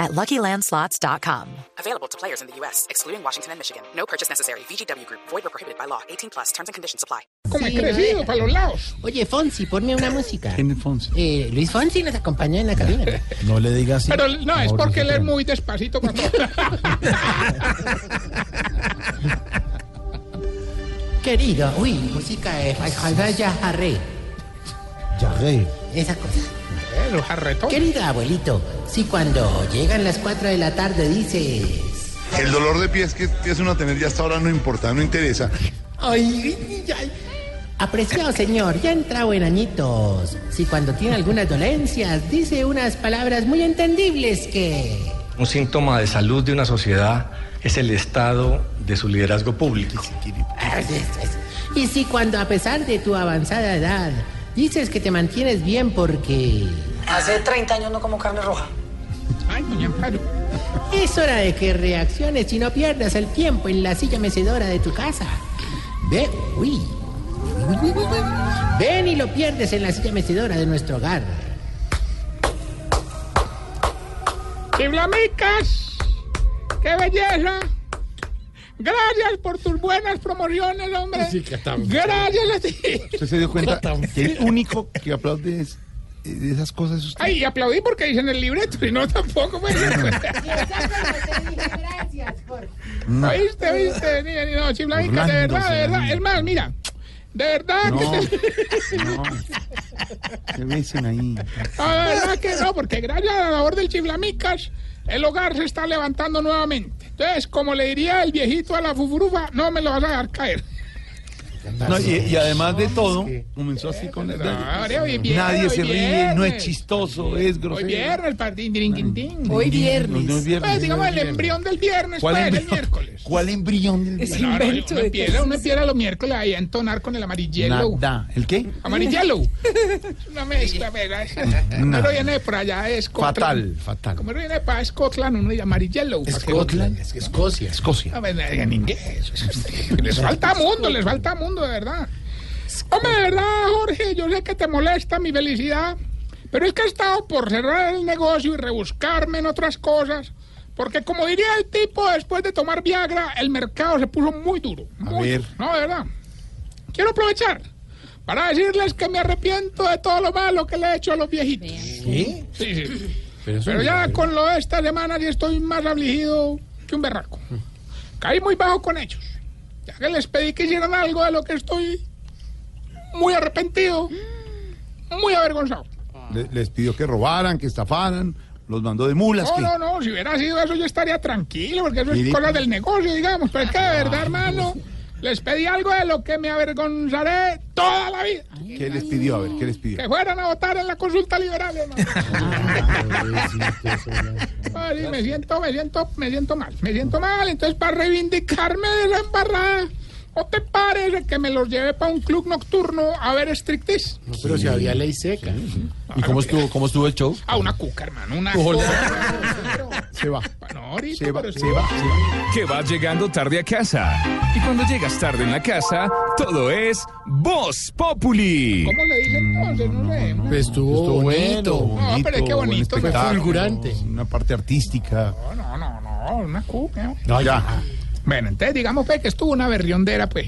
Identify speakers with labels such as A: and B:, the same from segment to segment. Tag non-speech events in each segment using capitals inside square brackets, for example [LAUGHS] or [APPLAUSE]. A: at luckylandslots.com.
B: Available to players in the U.S., excluding Washington and Michigan. No purchase necessary. VGW Group, void or prohibited by law. 18 plus terms and conditions apply.
C: Como he
D: Sí, no
C: crecido
D: deja.
C: para los lados.
D: Oye, Fonsi, ponme una música.
E: ¿Quién es Fonsi?
D: Eh, Luis Fonsi nos acompaña en la
E: [LAUGHS]
D: cabina.
E: No le digas así.
C: Pero no, es
E: Mauricio
C: porque él es
E: Trump.
C: muy despacito [LAUGHS] cuando.
D: Querido, uy, música de Fajalba Yajaré.
E: Yagé.
D: Esa cosa.
C: Eh, Los arretón.
D: Querido abuelito, si cuando llegan las 4 de la tarde dices...
F: El dolor de pies que empieza uno a tener ya hasta ahora no importa, no interesa.
D: Ay, ay. Apreciado señor, ya he entrado en añitos. Si cuando tiene algunas dolencias dice unas palabras muy entendibles que...
G: Un síntoma de salud de una sociedad es el estado de su liderazgo público.
D: ah, Y si cuando a pesar de tu avanzada edad dices que te mantienes bien porque...
H: Hace 30 años no como carne roja.
C: Ay, doña Amparo.
D: Es hora de que reacciones y no pierdas el tiempo en la silla mecedora de tu casa. Ve, uy. Uy, uy, uy, uy. Ven y lo pierdes en la silla mecedora de nuestro hogar.
C: ¡Chiblamicas! ¡Qué belleza! Gracias por tus buenas promociones, hombre. Gracias a ti.
E: ¿Usted se dio cuenta que el único que aplaude es, eh, de esas cosas es usted?
C: Ay, y aplaudí porque dicen el libreto y no tampoco. pues. ¿Oíste, viste? Ni- ni- No, Chiblamicas, de
E: Orlando,
C: verdad, de
E: señor.
C: verdad. Es más, mira. De verdad
E: No,
C: que te-
E: no. Se besen ahí.
C: La Ah, verdad que no, porque gracias a la labor del Chiflamicas, el hogar se está levantando nuevamente. Entonces, como le diría el viejito a la fufurufa, no me lo vas a dejar caer.
E: No, y, y además de todo, comenzó así con...
C: Ahora, hoy es viernes,
E: Nadie se
C: hoy
E: ríe, no es
C: viernes.
E: chistoso, es
C: Hoy
E: grosero.
C: viernes, el partido, tirin, tin, tin.
E: Hoy viernes. No, no es viernes.
C: Pues, digamos, el embrión del viernes,
E: ¿Cuál
C: pues, el
E: embrión?
C: miércoles.
E: ¿Cuál embrión del viernes?
C: Claro, uno, empieza, uno empieza los miércoles ahí a entonar con el amarillelo.
E: Nada. ¿El qué?
C: Amarillelo. Es una mezcla, ¿verdad? Pero viene por allá, es
E: Fatal, fatal.
C: Como viene para Scotland, uno dice amarillelo. para que-
E: Scotland,
D: Escocia.
E: Escocia.
C: A ver, pues, en inglés. Les falta mundo, les falta mundo, de verdad. Hombre, de verdad, Jorge, yo sé que te molesta mi felicidad, pero es que he estado por cerrar el negocio y rebuscarme en otras cosas, porque como diría el tipo, después de tomar Viagra, el mercado se puso muy duro. muy
E: ver.
C: duro. No, de verdad. Quiero aprovechar para decirles que me arrepiento de todo lo malo que le he hecho a los viejitos.
E: ¿Qué?
C: Sí, sí. Pero ya con lo de esta semana ya estoy más afligido que un berraco. Caí muy bajo con ellos. Ya que les pedí que hicieran algo de lo que estoy muy arrepentido, muy avergonzado.
F: Le- les pidió que robaran, que estafaran, los mandó de mulas.
C: No,
F: que-
C: no, no, si hubiera sido eso yo estaría tranquilo, porque eso es
F: Mire.
C: cosa del negocio, digamos. Pero es que
E: Ah,
C: de verdad, hermano, les pedí algo de lo que me avergonzaré toda la vida.
F: ¿Qué les pidió? A ver, ¿qué les pidió?
C: Que fueran a votar en la consulta liberal,
E: [LAUGHS]
C: hermano. Pues Ay, sí, me siento, me siento, me siento mal, me siento mal. Entonces, para reivindicarme de la embarrada, ¿o te parece que me los llevé para un club nocturno a ver strictis?
D: Pero si había ley seca.
E: ¿Y cómo estuvo, cómo estuvo el show?
C: A una cuca, hermano, una
E: Hola.
C: cuca.
E: Se va.
C: No, ahorita,
E: Se va,
C: pero sí.
E: se va, se va.
I: que vas llegando tarde a casa. Y cuando llegas tarde en la casa, todo es Voz Populi.
C: ¿Cómo le dije entonces? No sé.
D: estuvo,
C: No, pero es que
E: buen
C: bonito,
E: espectáculo,
C: fue
D: fulgurante.
E: Una parte artística.
C: No, no, no, no, una cuca. ¿no?
E: ya.
C: Bueno, entonces digamos pues, que estuvo una berriondera, pues.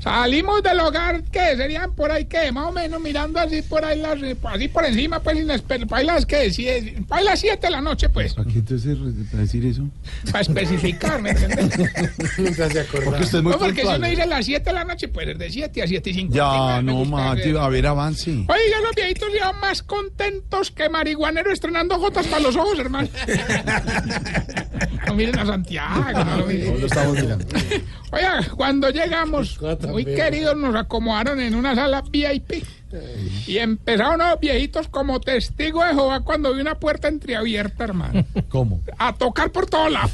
C: Salimos del hogar, que serían por ahí, que más o menos mirando así por ahí, las, así por encima, pues, inesper- para ahí las que sí, para ahí las 7 de la noche, pues,
E: ¿Para qué entonces re- para decir eso?
C: para especificarme, [LAUGHS] ¿entendés?
E: Porque usted es muy
C: No, porque si
E: puntual.
C: uno dice las 7 de la noche, pues es de 7 a 7 y 5.
E: Ya, no, mate, a ver, avance.
C: Oiga, los viejitos ya más contentos que marihuanero estrenando gotas para los ojos, hermano. [LAUGHS] No miren a Santiago. no lo miren.
F: No lo estamos mirando.
C: Oiga, cuando llegamos, muy queridos, nos acomodaron en una sala VIP. Y empezaron los viejitos como testigo de Jehová cuando vi una puerta entreabierta, hermano.
F: ¿Cómo?
C: A tocar por todos lados.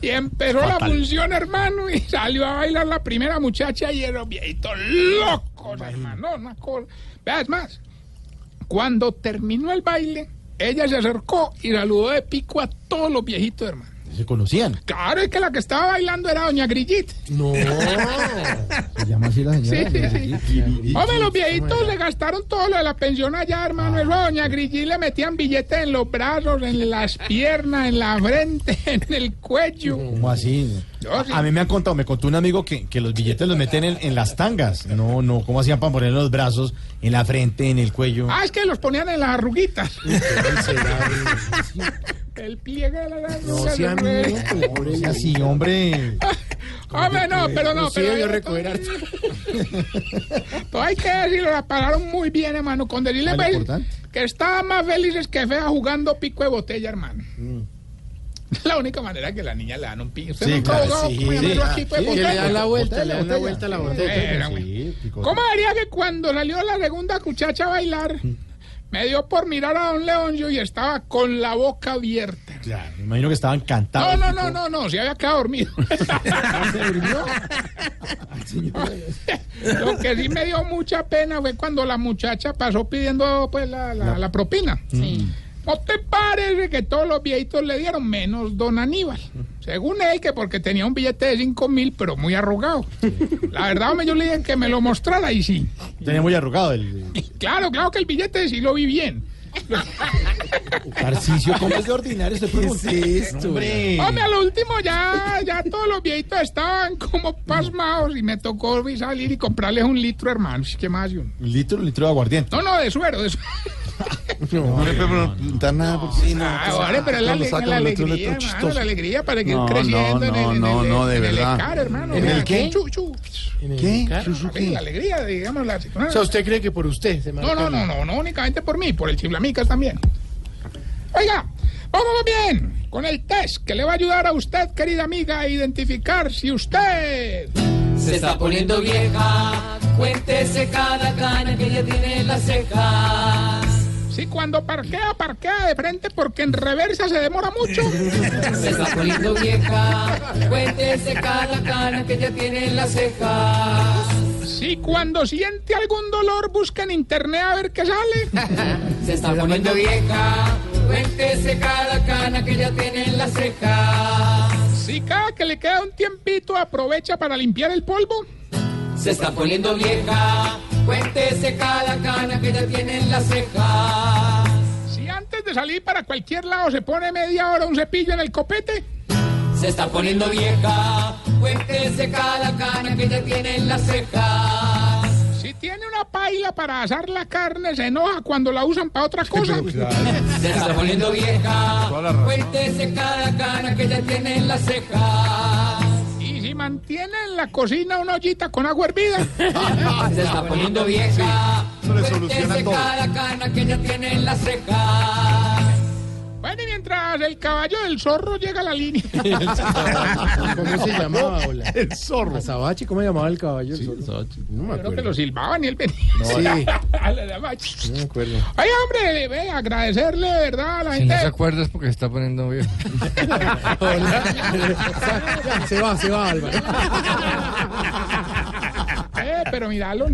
C: Y empezó la función, hermano, y salió a bailar la primera muchacha y los viejitos locos, hermano. Una cosa. Vea, es más, cuando terminó el baile, ella se acercó y saludó de pico a todos los viejitos, hermano.
F: ¿Se conocían?
C: Claro, es que la que estaba bailando era doña Grillita.
F: No. ¿Se llama así la
C: Sí,
F: señora?
C: sí, sí. Hombre, los viejitos se gastaron todo lo de la pensión allá, hermano. Eso a doña Grillí le metían billetes en los brazos, en [LAUGHS] las piernas, en la frente, [LAUGHS] en el cuello.
F: ¿Cómo así?
C: Yo sí.
F: A mí me han contado, me contó un amigo que, que los billetes los meten en, en las tangas. No, no, ¿cómo hacían para poner en los brazos, en la frente, en el cuello?
C: Ah, es que los ponían en las arruguitas. [LAUGHS] El pliegue de las arrugas. hombre.
F: O sea, sí, hombre.
C: Hombre, no, pero [LAUGHS] no, pero.
F: debió recuperar.
C: Todo hay que decirlo, la pagaron muy bien, hermano. Con decirle
F: Ah, lo
C: pues,
F: importante.
C: que estaba más felices que fea jugando pico de botella, hermano. La única manera es que la niña le dan un pico. Usted
F: Sí,
C: nunca ha
F: claro,
C: jugado
F: sí,
C: con
F: sí.
C: otro equipo de
F: Sí, que
C: botella.
F: le dan la vuelta, le dan la vuelta a la
C: botella. Era, güey.
F: Sí, picó.
C: ¿Cómo haría que cuando salió la segunda cuchacha a bailar, me dio por mirar a don Leoncio y estaba con la boca abierta?
F: Claro, me imagino que estaban
C: No,
F: cantados.
C: no, no, no, no, se había quedado dormido. [LAUGHS] Lo que sí me dio mucha pena fue cuando la muchacha pasó pidiendo pues la, la- la propina. ¿No te parece que todos los viejitos le dieron menos don Aníbal? Según él, que porque tenía un billete de 5 mil, pero muy arrugado. La verdad, hombre, yo le dije que me lo mostrara y sí.
F: Tenía muy arrugado el
C: Y claro, claro que el billete sí lo vi bien.
F: Tarcicio. ¿Cómo es de ordinario? [LAUGHS] Se pregunta. ¿Qué es esto? Hombre.
C: Hombre, a lo último ya, ya todos los viejitos estaban como pasmados y me tocó salir y comprarles un litro, hermano. ¿Qué más? de uno.
F: Un litro, un litro de aguardiente.
C: No, no, de suero, de
E: [LAUGHS]
C: suero.
E: No le puedo preguntar nada porque sí, no.
C: Ah,
E: pues,
C: ahora, pero es la,
E: cuando
C: ale-
E: saca
C: la
E: un otro
C: alegría,
E: letrero
C: hermano,
E: chistoso.
C: la alegría para que
E: No,
C: creciendo
E: no,
C: en el, en
E: no,
C: el-
E: no, de
C: en el
E: verdad.
C: escar, hermano.
F: ¿En
C: Vea,
F: el qué?
C: chu, chu.
F: ¿Qué?
C: Sí, La alegría, digamos. La,
F: ¿usted cree que por usted se
C: no, no, no, no, no, únicamente por mí, por el chiflamicas también. Oiga, vamos bien con el test que le va a ayudar a usted, querida amiga, a identificar si usted...
J: Se está poniendo vieja, cuéntese cada cana que ella tiene en las cejas.
C: Si cuando parquea, parquea de frente porque en reversa se demora
J: [LAUGHS]
C: mucho.
J: Se está poniendo vieja, [LAUGHS] cuéntese cada cana que ella tiene en las cejas.
C: Si cuando siente algún dolor, busca en internet a ver qué sale.
J: [LAUGHS] Se está poniendo vieja, cuéntese cada cana que ella tiene en las cejas.
C: Si cada que le queda un tiempito, aprovecha para limpiar el polvo.
J: Se está poniendo vieja, cuéntese cada cana que ella tiene en las cejas.
C: Si antes de salir para cualquier lado se pone media hora un cepillo en el copete.
J: Se está poniendo vieja, cuéntese cada cana que ella tiene en las cejas.
C: Si tiene una paila para asar la carne, se enoja cuando la usan para otra cosa.
E: [LAUGHS]
J: Se está poniendo vieja,
F: Toda la razón.
J: cuéntese cada cana que ella tiene en las cejas.
C: Y si mantiene en la cocina una ollita con agua hervida.
J: Se está poniendo vieja,
F: Eso le soluciona
J: cuéntese
F: todo.
J: cada cana que ella tiene en las cejas.
C: Bueno, y mientras el caballo del zorro llega a la línea.
D: ¿Cómo se
F: [LAUGHS]
D: llamaba, hola?
F: El zorro.
D: Azabache, ¿cómo llamaba el caballo? No me
C: Creo que lo silbaban y él venía. [LAUGHS]
D: Sí.
C: A la- la- Ay,
D: me acuerdo.
C: hombre, le- ve, agradecerle, de verdad, a la
G: Si no
C: gente.
G: se acuerdas porque se está
C: [LAUGHS]
G: poniendo viejo.
D: Se va, se va, Álvaro.
C: Eh, pero míralo.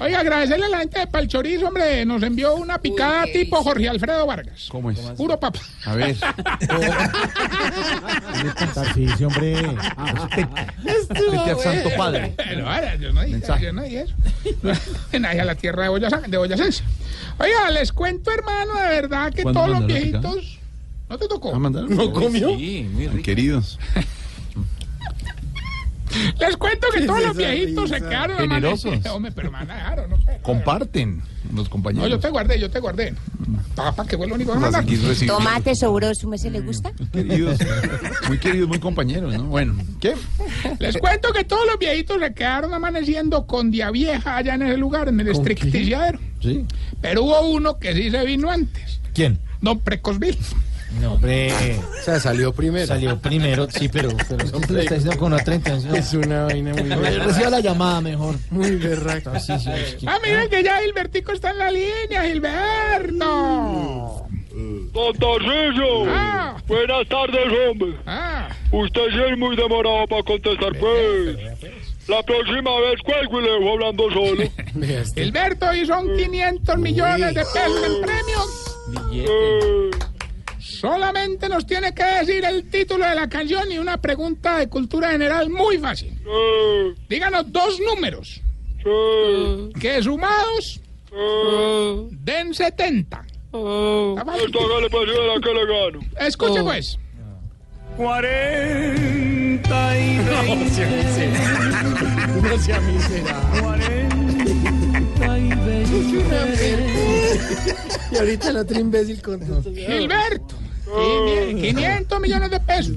C: Oiga, agradecerle a la gente de Palchorizo, hombre, nos envió una picada tipo Jorge Alfredo Vargas.
E: ¿Cómo es?
C: Puro papá.
G: Ah,
E: A ver.
F: Tarcicio, hombre.
E: Vete al Santo Padre.
C: [LAUGHS] Pero ahora, yo no dije,
E: Mensaje.
C: yo no dije eso. [LAUGHS] En ahí a la tierra de, Boyasa, de Boyacense. Oiga, les cuento, hermano, de verdad que
E: ¿Cuándo
C: todos los
E: mandó la picada?
C: viejitos. ¿No te tocó?
E: ¿Ah, mandaron?
D: ¿No comió?
E: Sí, muy rico. Queridos.
C: Les cuento que todos los viejitos se quedaron
E: Generosos.
C: amanecidos. [LAUGHS] Hombre, pero mandaron, ¿no? Pero-
E: Comparten los compañeros.
C: No, yo te guardé, yo te guardé. Papá, que fue lo único que
E: Vamos a
C: mandaron.
E: seguir recibiendo.
K: Tomate sobroso, ¿me se le gusta?
E: Queridos. Muy queridos, muy compañeros, ¿no? Bueno, ¿qué?
C: Les cuento que todos los viejitos se quedaron amaneciendo con día vieja allá en ese lugar, en el estricticiadero.
F: Sí.
C: Pero hubo uno que sí se vino antes,
F: ¿Quién?
C: don Precosville.
F: No, hombre.
L: O sea, salió primero.
F: Salió primero, sí, pero, pero sí, lo está diciendo con otra intención.
L: Es una vaina muy berraca.
F: Reciba la llamada mejor.
L: Muy berraca.
F: Sí, sí, es que-
C: Ah, mira que ya Gilbertico está en la línea, Gilberto. Ah,
J: Don Tarcisio. Buenas tardes, hombre. Usted sí es muy demorado para contestar, pues. La próxima vez cuelgo y le dejo hablando solo.
C: Gilberto, y son 500 millones de pesos en premios.
J: Eh,
C: Solamente nos tiene que decir el título de la canción y una pregunta de cultura general muy fácil.
J: eh,
C: Díganos dos números. Que sumados den 70. Está fácil.
J: eh. esto que le parece la que le gano.
C: Escuche pues. [LAUGHS]
J: 40 y
L: No sea miserable. Y ahorita el otro imbécil contesta.
C: Gilberto.
E: Oh.
C: 500 millones de pesos.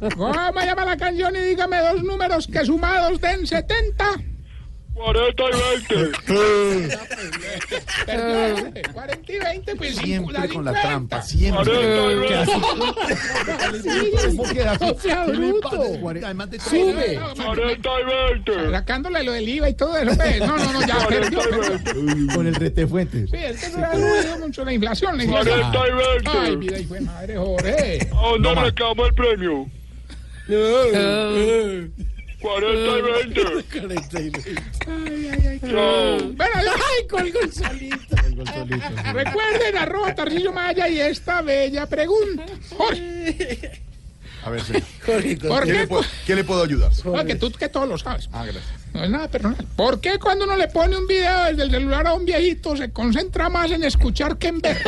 C: ¿Cómo llama la canción y dígame dos números que sumados den 70?
J: 40 y 20.
C: Perdió ese. 40 y 20, pues
E: Ah. Siempre
C: cincu-
E: con la
C: 50.
E: trampa, siempre.
J: Siempre.
E: ¿Qué haces? ¿Cómo que
C: O
E: haces?
C: sea,
E: ¿Qué le
C: bruto.
E: pasa? Cuarenta, además de
C: Sí,
E: tres.
C: no, no,
J: 40 y 20.
C: Sacándole lo del IVA y todo eso. pues. No, no, no, ya perdió. perdió.
F: Con el retefuente.
C: Sí, es que se le ha subido mucho la inflación. La inflación.
J: 40 y 20.
C: Ay, mira, hijo de madre, Jorge.
J: ¿A dónde reclamo el premio? 40 y 20.
C: Ay, ay, ay.
J: Chao.
C: Bueno, ay, colgó el solito. Recuerden, arroba Tarcillo Maya y esta bella pregunta. Jorge,
E: A ver, señor.
C: ¿por
E: ¿Qué le
C: qué?
E: puedo- ¿Qué le puedo ayudar?
C: cu- Ah, que tú que todo lo sabes.
E: Ah, gracias.
C: No es nada personal. ¿Por qué cuando uno le pone un video desde el celular a un viejito se concentra más en escuchar que en ver?